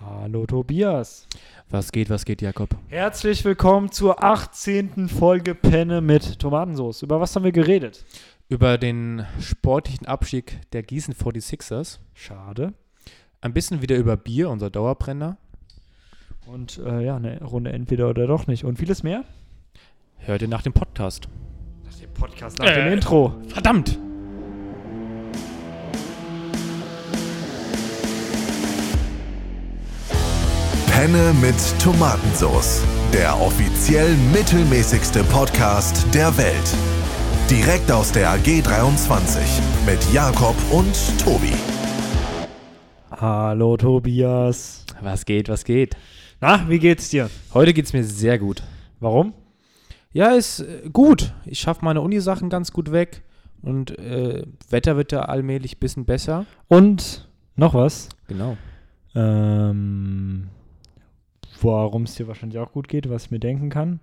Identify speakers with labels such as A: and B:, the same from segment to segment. A: Hallo Tobias.
B: Was geht, was geht, Jakob?
A: Herzlich willkommen zur 18. Folge Penne mit Tomatensauce. Über was haben wir geredet?
B: Über den sportlichen Abstieg der Gießen 46ers.
A: Schade.
B: Ein bisschen wieder über Bier, unser Dauerbrenner.
A: Und äh, ja, eine Runde entweder oder doch nicht. Und vieles mehr?
B: Hört ihr nach dem Podcast.
A: Nach dem Podcast, nach dem Intro.
B: Verdammt!
C: Penne mit Tomatensauce. Der offiziell mittelmäßigste Podcast der Welt. Direkt aus der AG 23 mit Jakob und Tobi.
A: Hallo Tobias.
B: Was geht, was geht?
A: Na, wie geht's dir?
B: Heute geht's mir sehr gut.
A: Warum?
B: Ja, ist äh, gut. Ich schaffe meine Unisachen ganz gut weg. Und äh, Wetter wird da allmählich ein bisschen besser.
A: Und noch was?
B: Genau.
A: Ähm, Warum es dir wahrscheinlich auch gut geht, was ich mir denken kann.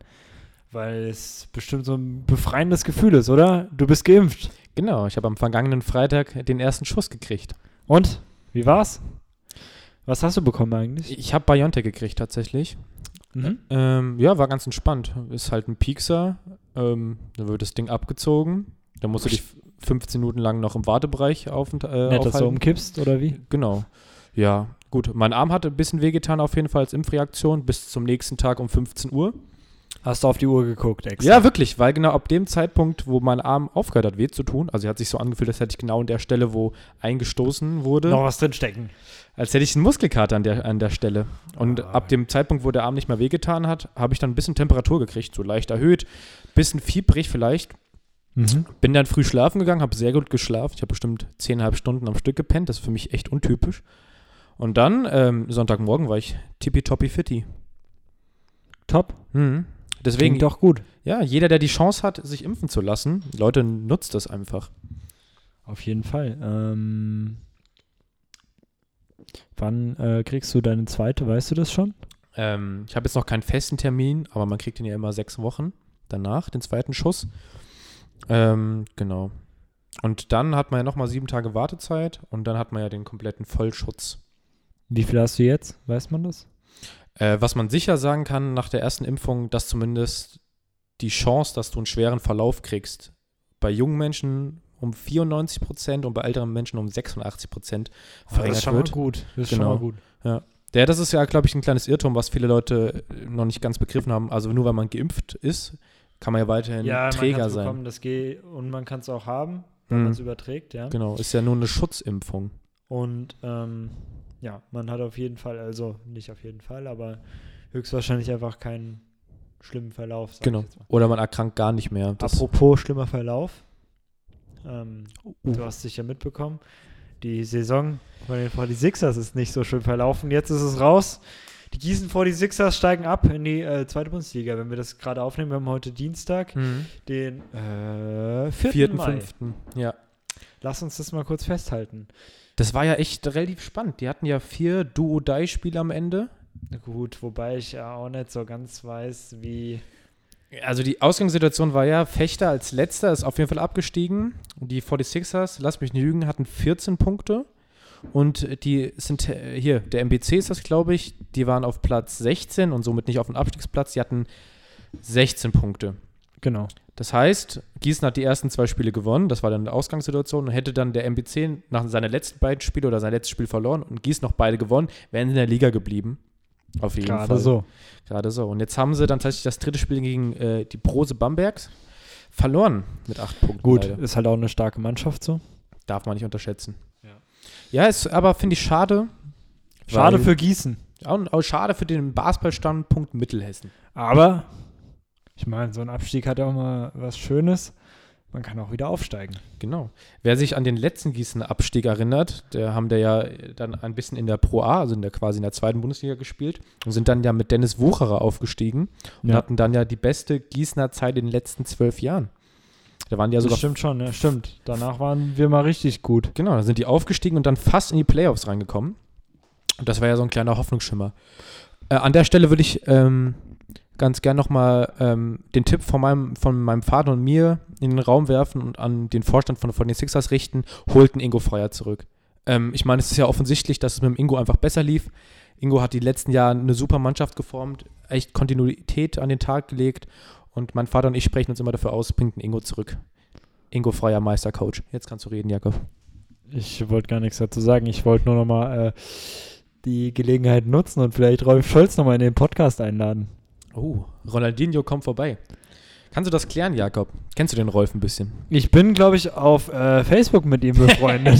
A: Weil es bestimmt so ein befreiendes Gefühl ist, oder? Du bist geimpft.
B: Genau, ich habe am vergangenen Freitag den ersten Schuss gekriegt.
A: Und? Wie war's? Was hast du bekommen eigentlich?
B: Ich habe Biontech gekriegt tatsächlich.
A: Mhm.
B: Ähm, ja, war ganz entspannt. Ist halt ein Piekser. Ähm, dann wird das Ding abgezogen. Dann musst du dich 15 Minuten lang noch im Wartebereich auf, äh,
A: Nett, dass du
B: aufhalten.
A: umkippst, oder wie?
B: Genau. Ja, gut. Mein Arm hatte ein bisschen wehgetan, auf jeden Fall als Impfreaktion, bis zum nächsten Tag um 15 Uhr.
A: Hast du auf die Uhr geguckt, extra?
B: Ja, wirklich, weil genau ab dem Zeitpunkt, wo mein Arm aufgehört hat, weh zu tun, also er hat sich so angefühlt, als hätte ich genau an der Stelle, wo eingestoßen wurde,
A: Noch was drinstecken.
B: als hätte ich einen Muskelkater an der, an der Stelle. Und ab dem Zeitpunkt, wo der Arm nicht mehr wehgetan hat, habe ich dann ein bisschen Temperatur gekriegt, so leicht erhöht, bisschen fiebrig vielleicht.
A: Mhm.
B: Bin dann früh schlafen gegangen, habe sehr gut geschlafen. Ich habe bestimmt 10,5 Stunden am Stück gepennt. Das ist für mich echt untypisch. Und dann, ähm, Sonntagmorgen war ich tippitoppi fitti.
A: Top.
B: Mhm. Deswegen,
A: Klingt doch gut.
B: ja, jeder, der die Chance hat, sich impfen zu lassen, Leute, nutzt das einfach.
A: Auf jeden Fall. Ähm, wann äh, kriegst du deine zweite? Weißt du das schon?
B: Ähm, ich habe jetzt noch keinen festen Termin, aber man kriegt den ja immer sechs Wochen danach, den zweiten Schuss. Ähm, genau. Und dann hat man ja nochmal sieben Tage Wartezeit und dann hat man ja den kompletten Vollschutz.
A: Wie viel hast du jetzt? Weiß man das?
B: Äh, was man sicher sagen kann nach der ersten Impfung, dass zumindest die Chance, dass du einen schweren Verlauf kriegst, bei jungen Menschen um 94 Prozent und bei älteren Menschen um 86 Prozent
A: Oh,
B: verringert wird.
A: gut. Das ist
B: Genau.
A: schon mal gut.
B: Ja, das ist ja, glaube ich, ein kleines Irrtum, was viele Leute äh, noch nicht ganz begriffen haben. Also nur weil man geimpft ist, kann man ja weiterhin Träger sein.
A: das geht und man kann es auch haben,
B: wenn Mhm. man's
A: überträgt, ja.
B: Genau, ist ja nur eine Schutzimpfung.
A: Und ähm, ja, man hat auf jeden Fall, also nicht auf jeden Fall, aber höchstwahrscheinlich einfach keinen schlimmen Verlauf. sag
B: Genau.
A: ich jetzt mal.
B: Oder man erkrankt gar nicht mehr. Das, Uh.
A: Apropos schlimmer Verlauf, ähm, du hast sicher mitbekommen, die Saison von den 46ers ist nicht so schön verlaufen. Jetzt ist es raus. Die Gießen 46ers steigen ab in die äh, zweite Bundesliga. Wenn wir das gerade aufnehmen, wir haben heute Dienstag,
B: Mhm.
A: den äh, 4.
B: Vierten,
A: Mai.
B: fünften. Ja.
A: Lass uns das mal kurz festhalten.
B: Das war ja echt relativ spannend. Die hatten ja vier Duo-Dai-Spiele am Ende.
A: Gut, wobei ich ja auch nicht so ganz weiß, wie
B: Also die Ausgangssituation war ja, Fechter als letzter ist auf jeden Fall abgestiegen. Die 46ers, lass mich nicht lügen, hatten 14 Punkte. Und die sind äh, hier, der MBC ist das, glaube ich, die waren auf Platz 16 und somit nicht auf dem Abstiegsplatz. Die hatten 16 Punkte.
A: Genau.
B: Das heißt, Gießen hat die ersten zwei Spiele gewonnen, das war dann eine Ausgangssituation, und hätte dann der MBC nach seinen letzten beiden Spielen oder sein letztes Spiel verloren und Gießen noch beide gewonnen, wären sie in der Liga geblieben. Auf jeden
A: Gerade
B: Fall.
A: so.
B: Gerade so. Und jetzt haben sie dann tatsächlich das dritte Spiel gegen äh, die Prose Bambergs verloren mit acht Punkten.
A: Gut,
B: leider.
A: ist halt auch eine starke Mannschaft so.
B: Darf man nicht unterschätzen.
A: Ja.
B: Ja, ist aber finde ich schade.
A: Schade
B: weil-
A: für Gießen.
B: Auch, auch schade für den Basketballstandpunkt Mittelhessen.
A: Aber ich meine, so ein Abstieg hat auch mal was Schönes. Man kann auch wieder aufsteigen.
B: Genau. Wer sich an den letzten Gießener Abstieg erinnert, der haben der ja dann ein bisschen in der Pro A, also in der quasi in der zweiten Bundesliga gespielt und sind dann ja mit Dennis Wucherer aufgestiegen und
A: Ja.
B: hatten dann ja die beste Gießener Zeit in den letzten zwölf Jahren. Da waren die ja
A: Also
B: sogar
A: das stimmt schon, ja, stimmt. Danach waren wir mal richtig gut.
B: Genau, da sind die aufgestiegen und dann fast in die Playoffs reingekommen. Und das war ja so ein kleiner Hoffnungsschimmer. Äh, an der Stelle würde ich ähm, ganz gern nochmal ähm, den Tipp von meinem, von meinem Vater und mir in den Raum werfen und an den Vorstand von, von den Sixers richten, holt einen Ingo Freier zurück. Ähm, ich meine, es ist ja offensichtlich, dass es mit dem Ingo einfach besser lief. Ingo hat die letzten Jahre eine super Mannschaft geformt, echt Kontinuität an den Tag gelegt. Und mein Vater und ich sprechen uns immer dafür aus, bringt den Ingo zurück. Ingo Freier, Meistercoach. Jetzt kannst du reden, Jakob.
A: Ich wollte gar nichts dazu sagen. Ich wollte nur nochmal äh, die Gelegenheit nutzen und vielleicht Rolf Scholz nochmal in den Podcast einladen.
B: Oh, Ronaldinho kommt vorbei. Kannst du das klären, Jakob? Kennst du den Rolf ein bisschen?
A: Ich bin, glaube ich, auf äh, Facebook mit ihm befreundet.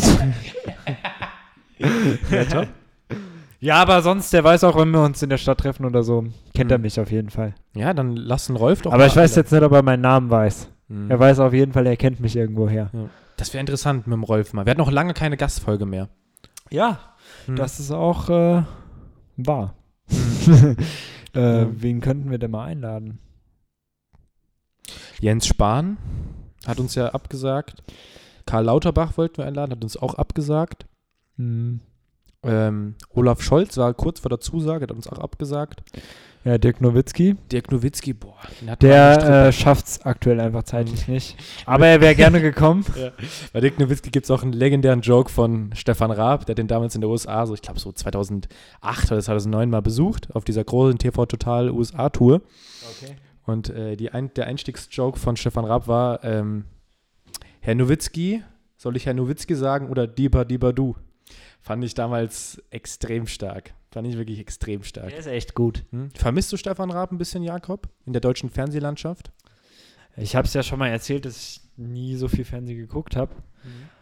B: Ja, top.
A: ja, aber sonst, der weiß auch, wenn wir uns in der Stadt treffen oder so, kennt er mich auf jeden Fall.
B: Ja, dann lass den Rolf doch
A: aber
B: mal
A: ich weiß
B: einladen.
A: jetzt nicht, ob er meinen Namen weiß.
B: Mhm.
A: Er weiß auf jeden Fall, er kennt mich irgendwoher.
B: Ja. Das wäre interessant mit dem Rolf mal. Wir hatten noch lange keine Gastfolge mehr.
A: Ja,
B: Hm.
A: das ist auch äh, wahr. äh, Wen könnten wir denn mal einladen?
B: Jens Spahn hat uns ja abgesagt. Karl Lauterbach wollten wir einladen, hat uns auch abgesagt.
A: Hm.
B: Ähm, Olaf Scholz war kurz vor der Zusage, hat uns auch abgesagt.
A: Ja, Dirk Nowitzki.
B: Dirk Nowitzki, boah, den hat
A: Der äh, schafft es aktuell einfach zeitlich nicht. Aber er wäre gerne gekommen.
B: Bei Dirk Nowitzki gibt es auch einen legendären Joke von Stefan Raab, der hat den damals in der USA, so ich glaube so 2008 oder 2009 mal besucht, auf dieser großen TV Total USA Tour. Und äh, die ein, der Einstiegsjoke von Stefan Raab war, ähm, Herr Nowitzki, soll ich Herr Nowitzki sagen oder Diba Diba Du? Fand ich damals extrem stark. Fand ich wirklich extrem stark.
A: ist echt gut.
B: Hm? Vermisst du Stefan Raab ein bisschen, Jakob, in der deutschen Fernsehlandschaft?
A: Ich habe es ja schon mal erzählt, dass ich nie so viel Fernsehen geguckt habe.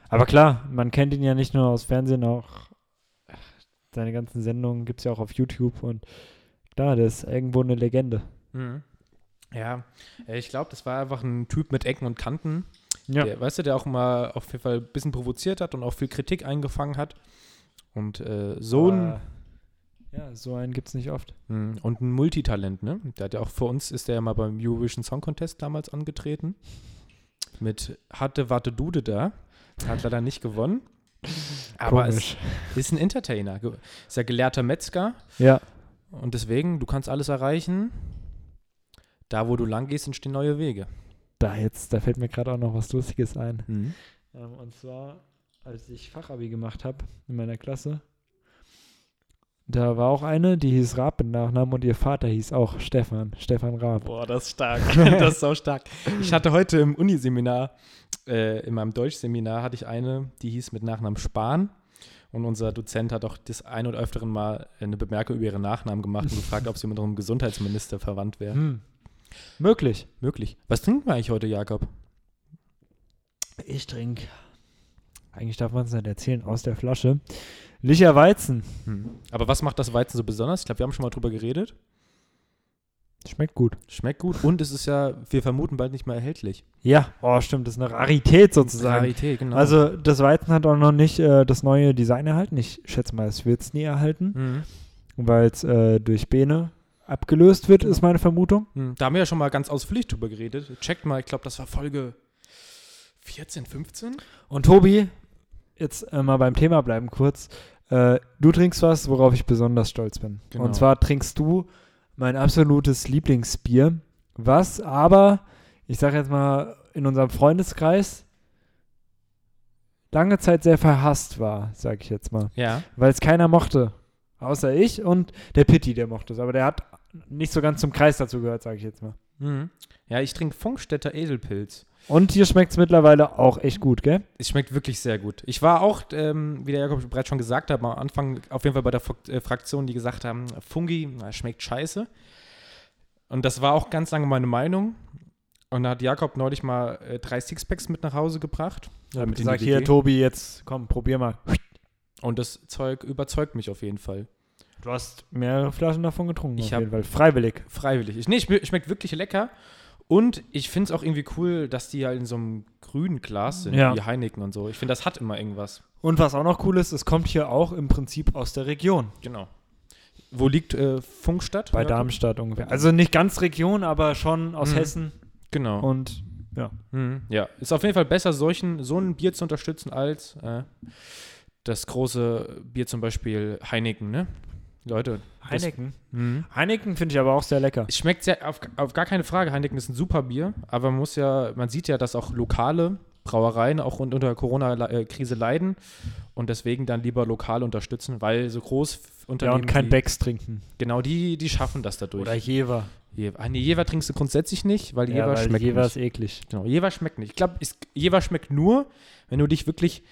A: Aber klar, man kennt ihn ja nicht nur aus Fernsehen, auch seine ganzen Sendungen gibt es ja auch auf YouTube. Und klar, der ist irgendwo eine Legende.
B: Ja, äh, ich glaube, das war einfach ein Typ mit Ecken und Kanten.
A: Ja.
B: Der, weißt du, der auch mal auf jeden Fall ein bisschen provoziert hat und auch viel Kritik eingefangen hat. Und äh, so ein
A: Aber- ja, so einen gibt es nicht oft.
B: Mm, Und ein Multitalent, ne? Der hat ja auch für uns, ist der ja mal beim Eurovision Song Contest damals angetreten. Mit Hatte, Warte, Dude da. Hat leider nicht gewonnen. Aber es
A: Komisch.
B: ist ein Entertainer. Ge- Ist ja gelehrter Metzger.
A: Ja,
B: Und deswegen, du kannst alles erreichen. Da, wo du lang gehst, entstehen neue Wege.
A: da jetzt, da fällt mir gerade auch noch was Lustiges ein. Ähm, und zwar, als ich Fachabi gemacht habe in meiner Klasse, da war auch eine, die hieß Raab mit Nachnamen und ihr Vater hieß auch Stefan, Stefan Raab.
B: Boah, das ist stark. das ist auch stark. Ich hatte heute im Uniseminar, äh, in meinem Deutschseminar, hatte ich eine, die hieß mit Nachnamen Spahn. Und unser Dozent hat auch das ein oder öfteren Mal eine Bemerkung über ihren Nachnamen gemacht und gefragt, ob sie mit unserem Gesundheitsminister verwandt wäre.
A: Hm. Möglich.
B: Möglich. Was trinken wir eigentlich heute, Jakob?
A: Ich trinke. Eigentlich darf man es nicht erzählen, aus der Flasche. Licher Weizen.
B: Aber was macht das Weizen so besonders? Ich glaube, wir haben schon mal drüber geredet.
A: Schmeckt gut.
B: Schmeckt gut und es ist ja, wir vermuten, bald nicht mehr erhältlich.
A: Ja, oh, stimmt, das ist eine Rarität sozusagen.
B: Rarität, genau.
A: Also, das Weizen hat auch noch nicht äh, das neue Design erhalten. Ich schätze mal, es wird es nie erhalten,
B: Mhm.
A: weil es äh, durch Bene abgelöst wird, ist meine Vermutung.
B: Hm, Da haben wir ja schon mal ganz ausführlich drüber geredet. Checkt mal, ich glaube, das war Folge 14, 15.
A: Und Tobi, jetzt äh, mal beim Thema bleiben kurz. Äh, du trinkst was, worauf ich besonders stolz bin.
B: Genau.
A: Und zwar trinkst du mein absolutes Lieblingsbier, was aber, ich sage jetzt mal, in unserem Freundeskreis lange Zeit sehr verhasst war, sage ich jetzt mal.
B: Ja.
A: Weil es keiner mochte. Außer ich und der Pitti, der mochte es. Aber der hat nicht so ganz zum Kreis dazu gehört, sage ich jetzt mal.
B: Mhm. Ja, ich trinke Funkstätter Edelpilz.
A: Und hier schmeckt es mittlerweile auch echt gut, gell?
B: Es schmeckt wirklich sehr gut. Ich war auch, ähm, wie der Jakob bereits schon gesagt hat, am Anfang auf jeden Fall bei der Fok- äh, Fraktion, die gesagt haben, Fungi na, schmeckt scheiße. Und das war auch ganz lange meine Meinung. Und da hat Jakob neulich mal äh, drei Sixpacks mit nach Hause gebracht. Ja,
A: Ich sag hier, Tobi, jetzt komm, probier mal.
B: Und das Zeug überzeugt mich auf jeden Fall.
A: Du hast mehrere Flaschen davon getrunken.
B: Ich
A: auf
B: hab-
A: jeden Fall. Freiwillig.
B: Freiwillig. Ich, nee, schme- schmeckt wirklich lecker. Und ich finde es auch irgendwie cool, dass die halt in so einem grünen Glas sind,
A: Ja.
B: wie Heineken und so. Ich finde, das hat immer irgendwas.
A: Und was auch noch cool ist, es kommt hier auch im Prinzip aus der Region.
B: Genau. Wo liegt äh, Funkstadt?
A: Bei
B: Ja,
A: Darmstadt ungefähr. Also nicht ganz Region, aber schon aus
B: Mhm.
A: Hessen.
B: Genau.
A: Und ja.
B: Mhm. Ja, ist auf jeden Fall besser, solchen, so ein Bier zu unterstützen, als äh, das große Bier zum Beispiel Heineken, ne? Leute. das-
A: Heineken.
B: Mhm.
A: Heineken finde ich aber auch sehr lecker.
B: Es schmeckt sehr, auf, auf gar keine Frage, Heineken ist ein super Bier, aber man muss ja, man sieht ja, dass auch lokale Brauereien auch un- unter Corona-Krise leiden und deswegen dann lieber lokal unterstützen, weil so
A: Ja,
B: Großunternehmen.
A: und kein
B: die-
A: Becks trinken.
B: Genau, die, die schaffen das dadurch.
A: Oder Jever.
B: Je- Ah, nee, Jever trinkst du grundsätzlich nicht, weil Jever
A: weil
B: schmeckt
A: Jever ist
B: nicht.
A: eklig.
B: Genau, Jever schmeckt nicht. Ich glaube, Jever schmeckt nur, wenn du dich wirklich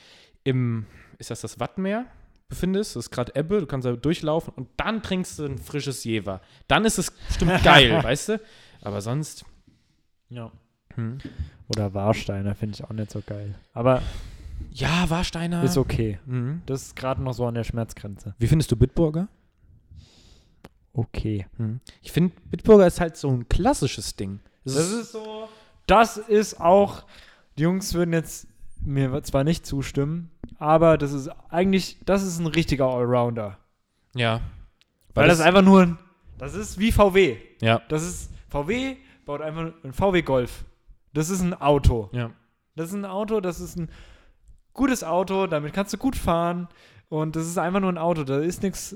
B: im, ist das das Wattmeer, befindest. Das ist gerade Ebbe, du kannst da durchlaufen und dann trinkst du ein frisches Jever. Dann ist es bestimmt geil, weißt du? Aber sonst,
A: Ja.
B: hm.
A: Oder Warsteiner finde ich auch nicht so geil. Aber
B: ja, Warsteiner.
A: ist okay.
B: Mhm.
A: Das ist gerade noch so an der Schmerzgrenze.
B: Wie findest du Bitburger?
A: Okay.
B: Mhm. Ich finde, Bitburger ist halt so ein klassisches Ding. Es
A: Das ist so. Das ist auch. Die Jungs würden jetzt mir zwar nicht zustimmen, aber das ist eigentlich, das ist ein richtiger Allrounder.
B: ja.
A: Weil, das, einfach nur ein. Das ist wie VW.
B: ja.
A: Das ist. VW baut einfach ein VW Golf. Das ist ein Auto.
B: Ja.
A: Das ist ein Auto, das ist ein gutes Auto, damit kannst du gut fahren. Und das ist einfach nur ein Auto. Da ist nichts.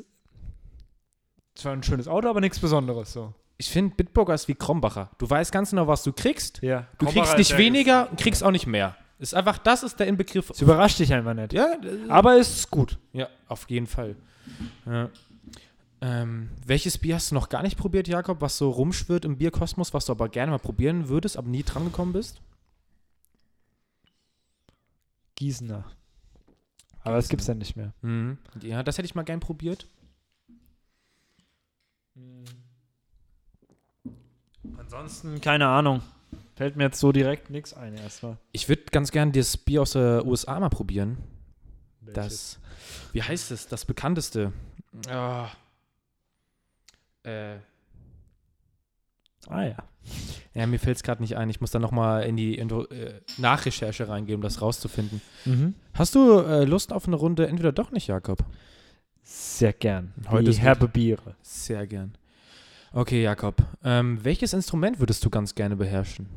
A: Zwar ein schönes Auto, aber nichts Besonderes. So.
B: Ich finde, Bitburger ist wie Krombacher. Du weißt ganz genau, was du kriegst.
A: Ja.
B: Du kriegst nicht weniger und kriegst auch nicht mehr. Ist einfach, das ist der Inbegriff.
A: Es überrascht dich einfach nicht.
B: Ja,
A: Aber es ist gut.
B: ja auf jeden Fall. Ja. Ähm, welches Bier hast du noch gar nicht probiert, Jakob, was so rumschwirrt im Bierkosmos, was du aber gerne mal probieren würdest, aber nie dran gekommen bist?
A: Gießener. Aber das gibt's ja nicht mehr.
B: Mhm. Ja, das hätte ich mal gern probiert.
A: Ansonsten, keine Ahnung. Fällt mir jetzt so direkt nichts ein erstmal.
B: Ich würde ganz gern das Bier aus der USA mal probieren. Das, wie heißt es? Das bekannteste. Ah. Äh,
A: Ah ja.
B: ja, mir fällt es gerade nicht ein. Ich muss da nochmal in die Intro- äh, Nachrecherche reingehen, um das rauszufinden.
A: Mhm.
B: Hast du äh, Lust auf eine Runde entweder doch nicht, Jakob?
A: Sehr gern.
B: Heute
A: Die
B: ist
A: herbe Biere.
B: Sehr gern. Okay, Jakob. Ähm, welches Instrument würdest du ganz gerne beherrschen?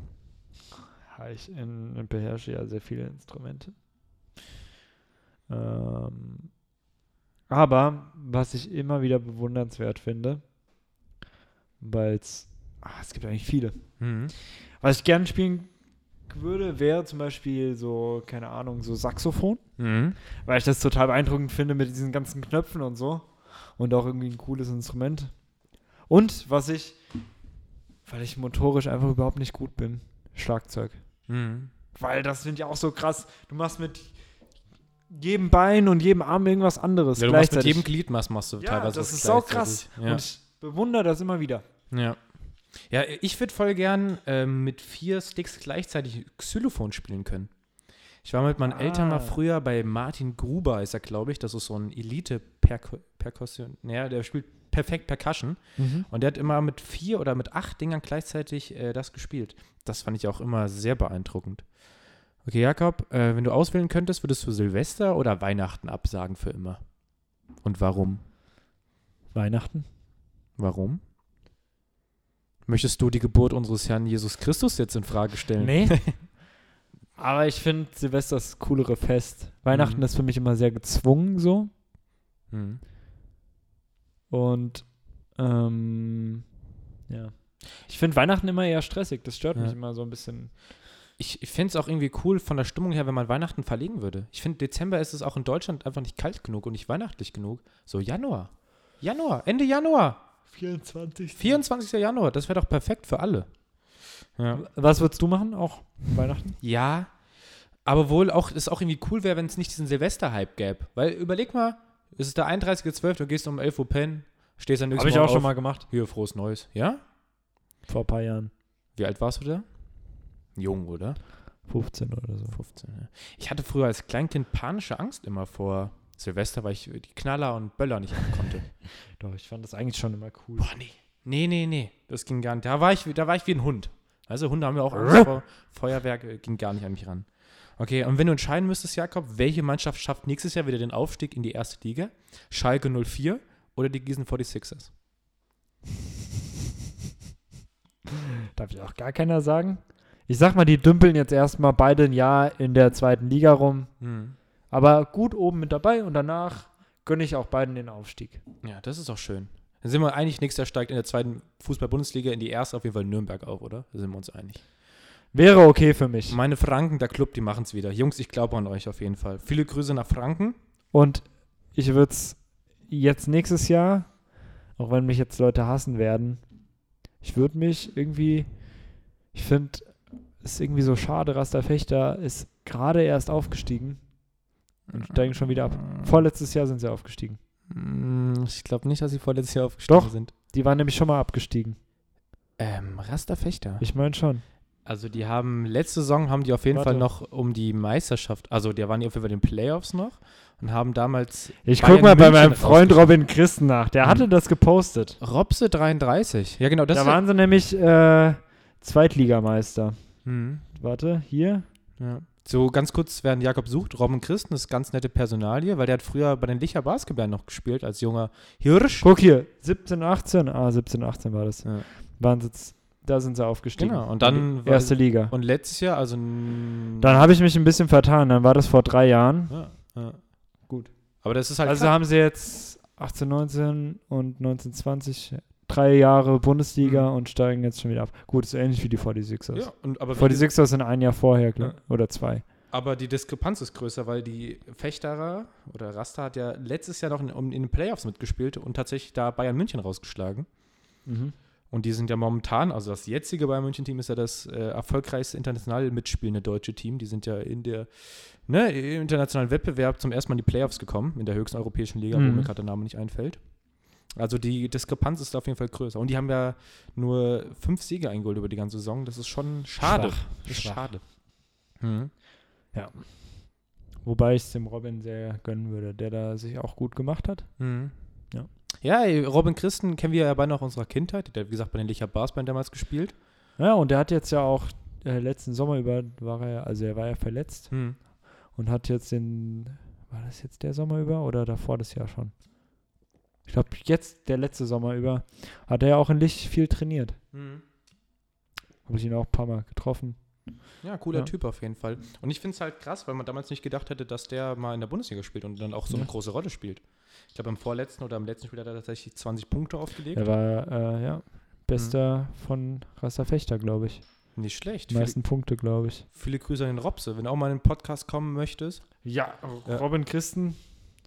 A: Ja, Ich in, in beherrsche ja sehr viele Instrumente. Ähm, aber was ich immer wieder bewundernswert finde, weil es es gibt eigentlich viele.
B: Mhm.
A: Was ich gerne spielen würde, wäre zum Beispiel so, keine Ahnung, so Saxophon,
B: Mhm.
A: weil ich das total beeindruckend finde mit diesen ganzen Knöpfen und so. Und auch irgendwie ein cooles Instrument. Und was ich, weil ich motorisch einfach überhaupt nicht gut bin, Schlagzeug.
B: Mhm.
A: Weil das finde ich auch so krass. Du machst mit jedem Bein und jedem Arm irgendwas anderes
B: Ja, du machst mit
A: gleichzeitig.
B: jedem Glied machst, machst du
A: ja,
B: teilweise
A: das
B: was
A: ist so krass.
B: gleichzeitig. Ja.
A: Und ich bewundere das immer wieder.
B: Ja. Ja, ich würde voll gern ähm, mit vier Sticks gleichzeitig Xylophon spielen können. Ich war mit meinen
A: Ah.
B: Eltern mal früher bei Martin Gruber, ist er, glaube ich. Das ist so ein Elite-Perkussionär, der spielt perfekt Percussion. Und der hat immer mit vier oder mit acht Dingern gleichzeitig äh, das gespielt. Das fand ich auch immer sehr beeindruckend. Okay, Jakob, äh, wenn du auswählen könntest, würdest du Silvester oder Weihnachten absagen für immer? Und warum?
A: Weihnachten?
B: Warum? Möchtest du die Geburt unseres Herrn Jesus Christus jetzt in Frage stellen?
A: Nee. Aber ich finde Silvester ist das coolere Fest. Weihnachten
B: Mhm.
A: ist für mich immer sehr gezwungen so.
B: Hm.
A: Und ähm, ja. Ich finde Weihnachten immer eher stressig. Das stört
B: Ja.
A: mich immer so ein bisschen.
B: Ich, ich fände es auch irgendwie cool von der Stimmung her, wenn man Weihnachten verlegen würde. Ich finde, Dezember ist es auch in Deutschland einfach nicht kalt genug und nicht weihnachtlich genug. So Januar. Januar, Ende Januar.
A: 24.
B: 24. Januar, das wäre doch perfekt für alle. Ja,
A: Was würdest du machen? Auch Weihnachten?
B: aber wohl auch, es auch irgendwie cool wäre, wenn es nicht diesen Silvester-Hype gäbe. Weil überleg mal, es ist der 31.12., du gehst um 11 Uhr pennen, stehst dann nächsten Morgen auf.
A: gemacht.
B: Hier, frohes Neues. Ja?
A: Vor ein paar Jahren.
B: Wie alt warst du da? Jung, oder?
A: 15 oder so.
B: 15, ja. Ich hatte früher als Kleinkind panische Angst immer vor Silvester, weil ich die Knaller und Böller nicht ab konnte.
A: Doch, ich fand das eigentlich schon immer cool.
B: Boah, nee. Nee, nee, nee. Das ging gar nicht. Da war ich, wie- da war ich wie ein Hund. Also Hunde haben wir auch Angst vor. Feuerwerk äh, ging gar nicht an mich ran. Okay, und wenn du entscheiden müsstest, Jakob, welche Mannschaft schafft nächstes Jahr wieder den Aufstieg in die erste Liga? Schalke 04 oder die Gießen 46ers?
A: Darf ich auch gar keiner sagen? Ich sag mal, die dümpeln jetzt erstmal beide ein Jahr in der zweiten Liga rum.
B: Hm.
A: Aber gut oben mit dabei und danach gönne ich auch beiden den Aufstieg.
B: Ja, das ist auch schön. Dann sind wir einig, nächster steigt in der zweiten Fußball-Bundesliga in die erste auf jeden Fall Nürnberg auf, oder? Da sind wir uns einig.
A: Wäre okay für mich.
B: Meine Franken, der Club, die machen es wieder. Jungs, ich glaube an euch auf jeden Fall. Viele Grüße nach Franken.
A: Und ich würde es jetzt nächstes Jahr, auch wenn mich jetzt Leute hassen werden, ich würde mich irgendwie, ich finde es irgendwie so schade, Rasta Fechter ist gerade erst aufgestiegen und steigen schon wieder ab. Vorletztes Jahr sind sie aufgestiegen.
B: Mm, Ich glaube nicht, dass sie vorletztes Jahr aufgestiegen
A: Doch.
B: sind.
A: Die waren nämlich schon mal abgestiegen.
B: Ähm, Rasterfechter.
A: Ich meine schon.
B: Also die haben, letzte Saison haben die auf jeden
A: Warte.
B: Fall noch um die Meisterschaft, also die waren die auf jeden Fall in den Playoffs noch und haben damals
A: Ich
B: Bayern
A: guck mal bei
B: München
A: meinem Freund
B: rausgeschmissen.
A: Robin Christen nach. Der hatte das gepostet.
B: Robse 33. Ja genau, das
A: Mhm. da
B: ist-
A: waren sie nämlich äh, Zweitligameister.
B: Mhm.
A: Warte, hier.
B: Ja. So ganz kurz, während Jakob sucht, Robin Christen ist ganz nette Personalie, weil der hat früher bei den Licher Basketball noch gespielt als junger Hirsch.
A: Guck hier. 17, 18. Ah, 17, 18 war das.
B: Ja.
A: Waren sie jetzt, da sind sie aufgestiegen.
B: Genau, und dann
A: In die Erste Liga.
B: Und letztes Jahr, also n-
A: Dann habe ich mich ein bisschen vertan. Dann war das vor drei Jahren.
B: ja, ja.
A: Gut.
B: Aber das ist halt
A: Also haben sie jetzt 18, 19 und 19, 20, drei Jahre Bundesliga und steigen jetzt schon wieder ab. Gut, ist ähnlich wie die 46ers.
B: Mhm. ja, und, aber,
A: Vor
B: wie
A: die
B: gesagt,
A: Sixers sind ein Jahr vorher, glaub, oder zwei.
B: aber die Diskrepanz ist größer, weil die Fechterer oder Rasta hat ja letztes Jahr noch in, um- in den Playoffs mitgespielt und tatsächlich da Bayern München rausgeschlagen. Mhm. Und die sind ja momentan, also das jetzige Bayern München Team ist ja das äh, erfolgreichste international mitspielende deutsche Team. Die sind ja in der ne, im internationalen Wettbewerb zum ersten Mal in die Playoffs gekommen, in der höchsten europäischen Liga, wo
A: Mhm.
B: mir gerade der Name nicht einfällt. Also die Diskrepanz ist auf jeden Fall größer. Und die haben ja nur fünf Siege eingeholt über die ganze Saison. Das ist schon schade.
A: Schwach.
B: Das ist
A: Schwach.
B: schade. Hm.
A: Wobei ich es dem Robin sehr gönnen würde, der da sich auch gut gemacht hat.
B: Mhm.
A: Ja.
B: Ja, ey, Robin Christen kennen wir ja beinahe aus unserer Kindheit. Der hat, wie gesagt, bei den Licher Barsband damals gespielt.
A: Ja, und der hat jetzt ja auch äh, letzten Sommer über, war er, ja- also er war ja verletzt und hat jetzt den, war das jetzt der Sommer über oder davor das Jahr schon? Ich glaube, jetzt der letzte Sommer über hat er ja auch in Licht viel trainiert.
B: Mhm.
A: Habe ich ihn auch ein paar Mal getroffen.
B: Ja, cooler
A: Ja.
B: Typ auf jeden Fall. Und ich finde es halt krass, weil man damals nicht gedacht hätte, dass der mal in der Bundesliga spielt und dann auch so eine
A: Ja.
B: große Rolle spielt. Ich glaube, im vorletzten oder im letzten Spiel hat er tatsächlich 20 Punkte aufgelegt.
A: Er war, äh, ja, bester von Rasta Fechter, glaube ich.
B: Nicht schlecht.
A: Die
B: Viele,
A: meisten Punkte, glaube ich.
B: viele Grüße an den Robse. Wenn du auch mal in den Podcast kommen möchtest,
A: Ja,
B: Ja.
A: Robin Christen,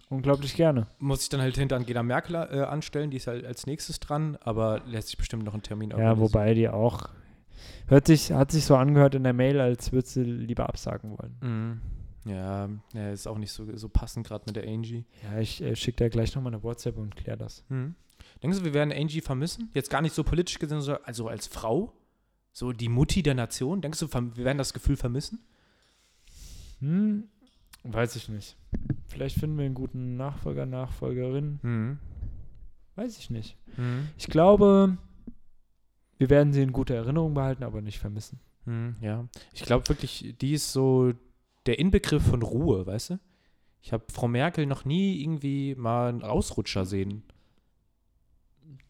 A: unglaublich gerne.
B: muss ich dann halt hinter Angela Merkel äh, anstellen. Die ist halt als nächstes dran, aber lässt sich bestimmt noch einen Termin
A: Ja, wobei die auch. Hört sich, hat sich so angehört in der Mail, als würde sie lieber absagen wollen.
B: Mhm. Ja, ja, ist auch nicht so, so passend gerade mit der Angie.
A: Ja, ich äh, schicke dir gleich nochmal eine WhatsApp und klär das.
B: Hm. Denkst du, wir werden Angie vermissen? Jetzt gar nicht so politisch gesehen, sondern also als Frau? So die Mutti der Nation? Denkst du, verm- wir werden das Gefühl vermissen?
A: Hm, weiß ich nicht. Vielleicht finden wir einen guten Nachfolger, Nachfolgerin.
B: Mhm.
A: Weiß ich nicht. Ich glaube, wir werden sie in guter Erinnerung behalten, aber nicht vermissen.
B: Hm, Ja. Ich glaube wirklich, die ist so der Inbegriff von Ruhe, weißt du? Ich habe Frau Merkel noch nie irgendwie mal einen Ausrutscher sehen.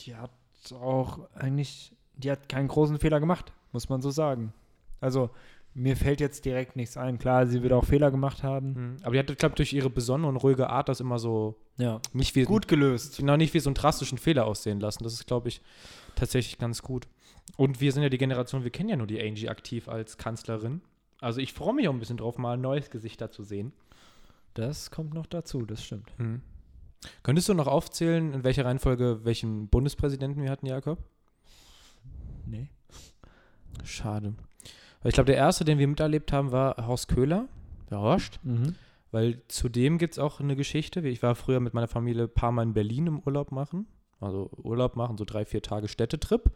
A: Die hat auch eigentlich, die hat keinen großen Fehler gemacht, muss man so sagen. Also, mir fällt jetzt direkt nichts ein. Klar, sie wird auch Fehler gemacht haben.
B: Aber die hat, glaube durch ihre besonnene und ruhige Art das immer so
A: Ja.
B: nicht wie
A: Gut gelöst.
B: genau nicht wie so einen drastischen Fehler aussehen lassen. Das ist, glaube ich, tatsächlich ganz gut. Und wir sind ja die Generation, wir kennen ja nur die Angie aktiv als Kanzlerin. Also ich freue mich auch ein bisschen drauf, mal ein neues Gesicht da zu sehen.
A: Das kommt noch dazu, das stimmt.
B: Könntest du noch aufzählen, in welcher Reihenfolge welchen Bundespräsidenten wir hatten, Jakob?
A: Nee.
B: Schade. Weil Ich glaube, der erste, den wir miterlebt haben, war Horst Köhler, der Horst.
A: Mhm.
B: Weil zudem gibt es auch eine Geschichte. wie Ich war früher mit meiner Familie ein paar Mal in Berlin im Urlaub machen. Also Urlaub machen, so drei, vier Tage Städtetrip.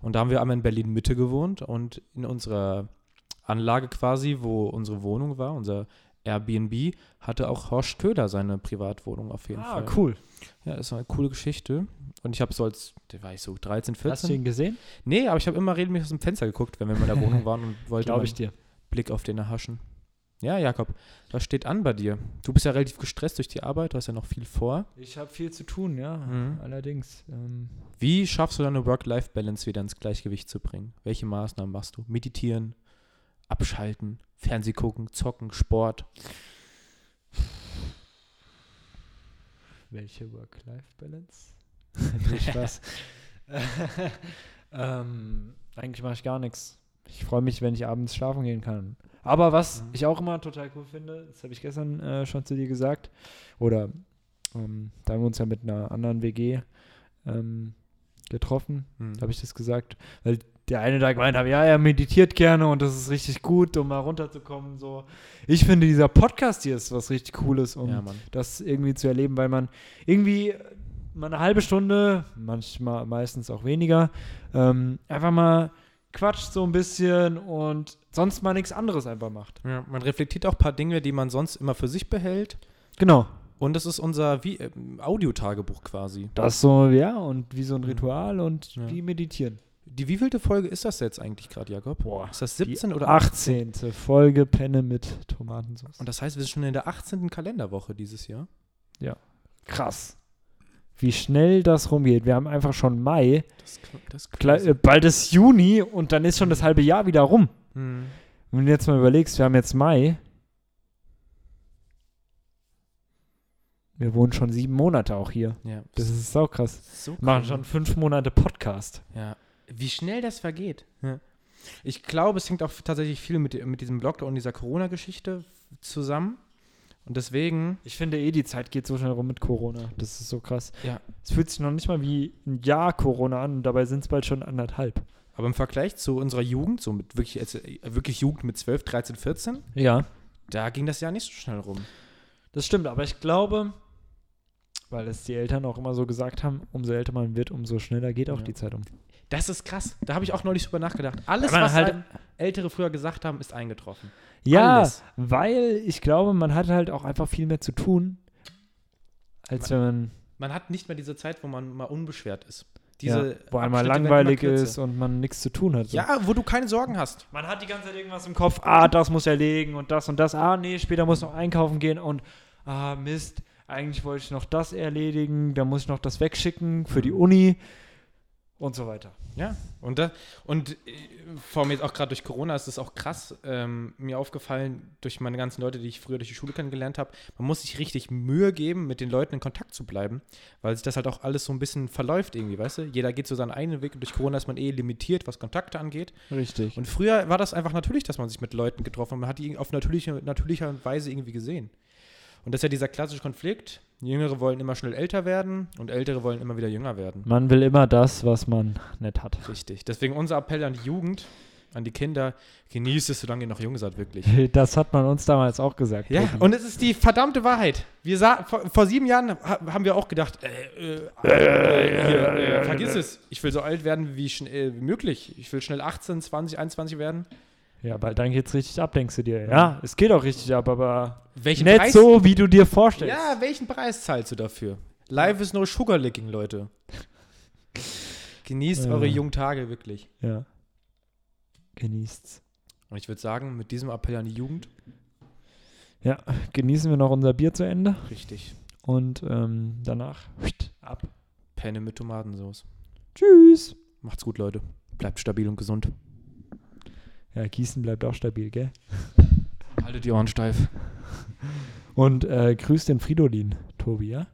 B: Und da haben wir einmal in Berlin Mitte gewohnt und in unserer Anlage quasi, wo unsere Wohnung war, unser Airbnb, hatte auch Horst Köhler seine Privatwohnung auf jeden
A: Ah,
B: Fall.
A: cool.
B: Ja, das war eine coole Geschichte. Und ich habe so als, da war ich so 13, 14.
A: Hast du ihn gesehen?
B: Nee, aber ich habe immer regelmäßig aus dem Fenster geguckt, wenn wir in meiner Wohnung waren und wollte
A: Glaube
B: mal-
A: ich dir.
B: Blick auf den erhaschen. Ja, Jakob, was steht an bei dir? Du bist ja relativ gestresst durch die Arbeit, du hast ja noch viel vor.
A: Ich habe viel zu tun, ja.
B: Mhm.
A: Allerdings. Ähm,
B: Wie schaffst du deine Work-Life-Balance wieder ins Gleichgewicht zu bringen? Welche Maßnahmen machst du? Meditieren, abschalten, Fernseh gucken, zocken, Sport.
A: welche Work-Life-Balance? Viel Spaß. ähm, eigentlich mache ich gar nichts. Ich freue mich, wenn ich abends schlafen gehen kann. Aber was
B: Mhm.
A: ich auch immer total cool finde, das habe ich gestern äh, schon zu dir gesagt, oder ähm, da haben wir uns ja mit einer anderen WG ähm, getroffen,
B: Mhm.
A: habe ich das gesagt, weil der eine da gemeint hat, ja, er meditiert gerne und das ist richtig gut, um mal runterzukommen. So, ich finde dieser Podcast hier ist was richtig Cooles, um
B: Ja, Mann.
A: das irgendwie zu erleben, weil man irgendwie mal eine halbe Stunde, manchmal meistens auch weniger, ähm, einfach mal quatscht so ein bisschen und sonst mal nichts anderes einfach macht.
B: Ja, man reflektiert auch ein paar Dinge, die man sonst immer für sich behält.
A: Genau.
B: Und das ist unser Vi- äh, Audiotagebuch quasi.
A: Das so, ja, und wie so ein Ritual und
B: Ja.
A: wie meditieren.
B: Die wievielte Folge ist das jetzt eigentlich gerade, Jakob?
A: Boah,
B: Ist das 17 oder
A: 18. Folge Penne mit Tomatensauce.
B: Und das heißt, wir sind schon in der 18. Kalenderwoche dieses Jahr.
A: krass. Wie schnell das rumgeht. Wir haben einfach schon Mai,
B: Das, kn- das
A: gleich, äh, bald ist Juni und dann ist schon das halbe Jahr wieder rum.
B: Hm.
A: Wenn du jetzt mal überlegst, wir haben jetzt Mai. Wir wohnen schon sieben Monate auch hier.
B: Ja.
A: Das ist auch krass.
B: so
A: Wir machen
B: krass.
A: schon fünf Monate Podcast.
B: Ja. Wie schnell das vergeht. Ja. Ich glaube, es hängt auch tatsächlich viel mit, mit diesem Lockdown und dieser Corona-Geschichte zusammen. Und deswegen,
A: Ich finde eh, die Zeit geht so schnell rum mit Corona. Das ist so krass.
B: ja,
A: Es fühlt sich noch nicht mal wie ein Jahr Corona an und dabei sind es bald schon anderthalb.
B: aber im Vergleich zu unserer Jugend, so mit wirklich, jetzt, äh, wirklich Jugend mit 12, 13, 14,
A: Ja.
B: da ging das Jahr nicht so schnell rum.
A: Das stimmt, aber ich glaube, weil es die Eltern auch immer so gesagt haben, umso älter man wird, umso schneller geht auch
B: Ja.
A: die Zeit um.
B: Das ist krass. Da habe ich auch neulich drüber nachgedacht. Alles,
A: Aber
B: was
A: halt-
B: einem Ältere früher gesagt haben, ist eingetroffen.
A: Ja,
B: Alles.
A: weil ich glaube, man hat halt auch einfach viel mehr zu tun, als wenn man
B: Man hat nicht mehr diese Zeit, wo man mal unbeschwert ist.
A: diese
B: Diese
A: ja, wo einmal
B: Abschnitte werden
A: langweilig
B: immer kürzer.
A: ist und man nichts zu tun hat. so.
B: Ja, wo du keine Sorgen hast.
A: Man hat die ganze Zeit irgendwas im Kopf, ah, das muss erlegen und das und das, ah, nee, später muss noch einkaufen gehen und ah, Mist, eigentlich wollte ich noch das erledigen, dann muss ich noch das wegschicken für die
B: Mhm.
A: Uni und so weiter.
B: Ja, und, da, und äh, vor allem jetzt auch gerade durch Corona ist es auch krass ähm, mir aufgefallen, durch meine ganzen Leute, die ich früher durch die Schule kennengelernt habe, man muss sich richtig Mühe geben, mit den Leuten in Kontakt zu bleiben, weil sich das halt auch alles so ein bisschen verläuft irgendwie, weißt du? Jeder geht so seinen eigenen Weg und durch Corona ist man eh limitiert, was Kontakte angeht.
A: Richtig.
B: Und früher war das einfach natürlich, dass man sich mit Leuten getroffen hat. Man hat die irgendwie auf natürliche, natürlicher Weise irgendwie gesehen. Und das ist ja dieser klassische Konflikt. Jüngere wollen immer schnell älter werden und Ältere wollen immer wieder jünger werden.
A: Man will immer das, was man nicht hat.
B: Richtig. Deswegen unser Appell an die Jugend, an die Kinder, genießt es, solange ihr noch jung seid, wirklich.
A: Das hat man uns damals auch gesagt.
B: Ja,
A: Tobi.
B: und es ist die verdammte Wahrheit. Wir sah, vor, vor sieben Jahren ha, haben wir auch gedacht, äh, äh, äh, hier, äh, vergiss es, ich will so alt werden wie, schn- äh, wie möglich. Ich will schnell 18, 20, 21 werden.
A: ja, weil dann geht's richtig ab, denkst du dir. Ja, es geht auch richtig ab, aber
B: Welchen
A: nicht
B: Preis-
A: so, wie du dir vorstellst.
B: Ja, welchen Preis zahlst du dafür? Life is no sugarlicking, Leute. Genießt
A: Ja.
B: eure jungen Tage wirklich.
A: ja. Genießt's.
B: Und ich würde sagen, mit diesem Appell an die Jugend,
A: Ja, genießen wir noch unser Bier zu Ende
B: richtig,
A: und ähm, danach ab.
B: Penne mit Tomatensauce.
A: Tschüss.
B: Macht's gut, Leute. Bleibt stabil und gesund.
A: Ja, Gießen bleibt auch stabil, gell?
B: Haltet die Ohren steif.
A: Und äh, grüß den Fridolin, Tobi, ja?